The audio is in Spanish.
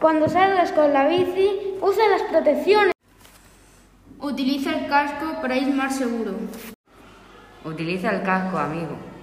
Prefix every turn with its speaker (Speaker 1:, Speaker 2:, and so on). Speaker 1: Cuando salgas con la bici, usa las protecciones.
Speaker 2: Utiliza el casco para ir más seguro.
Speaker 3: Utiliza el casco, amigo.